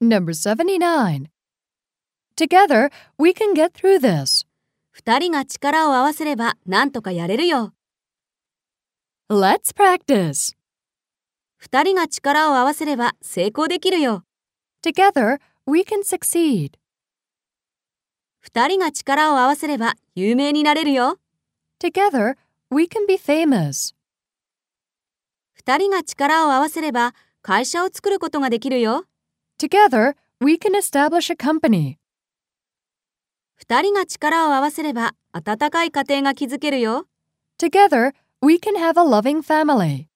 Number 79. Together, we can get through this. 二人が力を合わせればなんとかやれるよ。 Let's practice. 二人が力を合わせれば成功できるよ。 Together, we can succeed. 二人が力を合わせれば有名になれるよ。 Together, we can be famous. 二人が力を合わせれば会社を作ることができるよ。 Together, we can establish a company. 二人が力を合わせれば温かい家庭が築けるよ。 Together, we can have a loving family.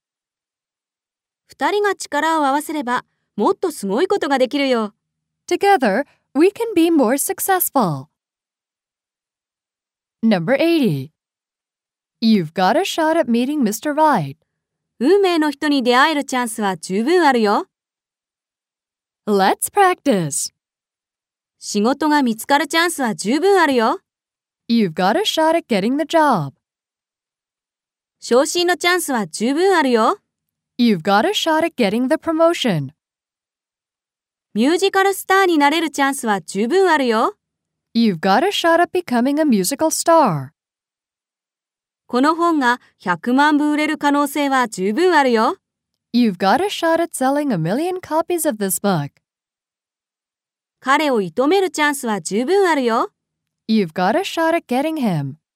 二人が力を合わせればもっとすごいことができるよ。 Together, we can be more successful. Number 80. You've got a shot at meeting Mr. Right. 運命の人に出会えるチャンスは十分あるよ。 Let's practice. 仕事が見つかるチャンスは十分あるよ。 You've got a shot at getting the job. 昇進のチャンスは十分あるよ。 You've got a shot at getting the promotion. ミュージカルスターになれるチャンスは十分あるよ。 You've got a shot at becoming a musical star. この本が100万部売れる可能性は十分あるよ。 You've got a shot at selling a million copies of this book. 彼を射止めるチャンスは十分あるよ。 You've got a shot at getting him.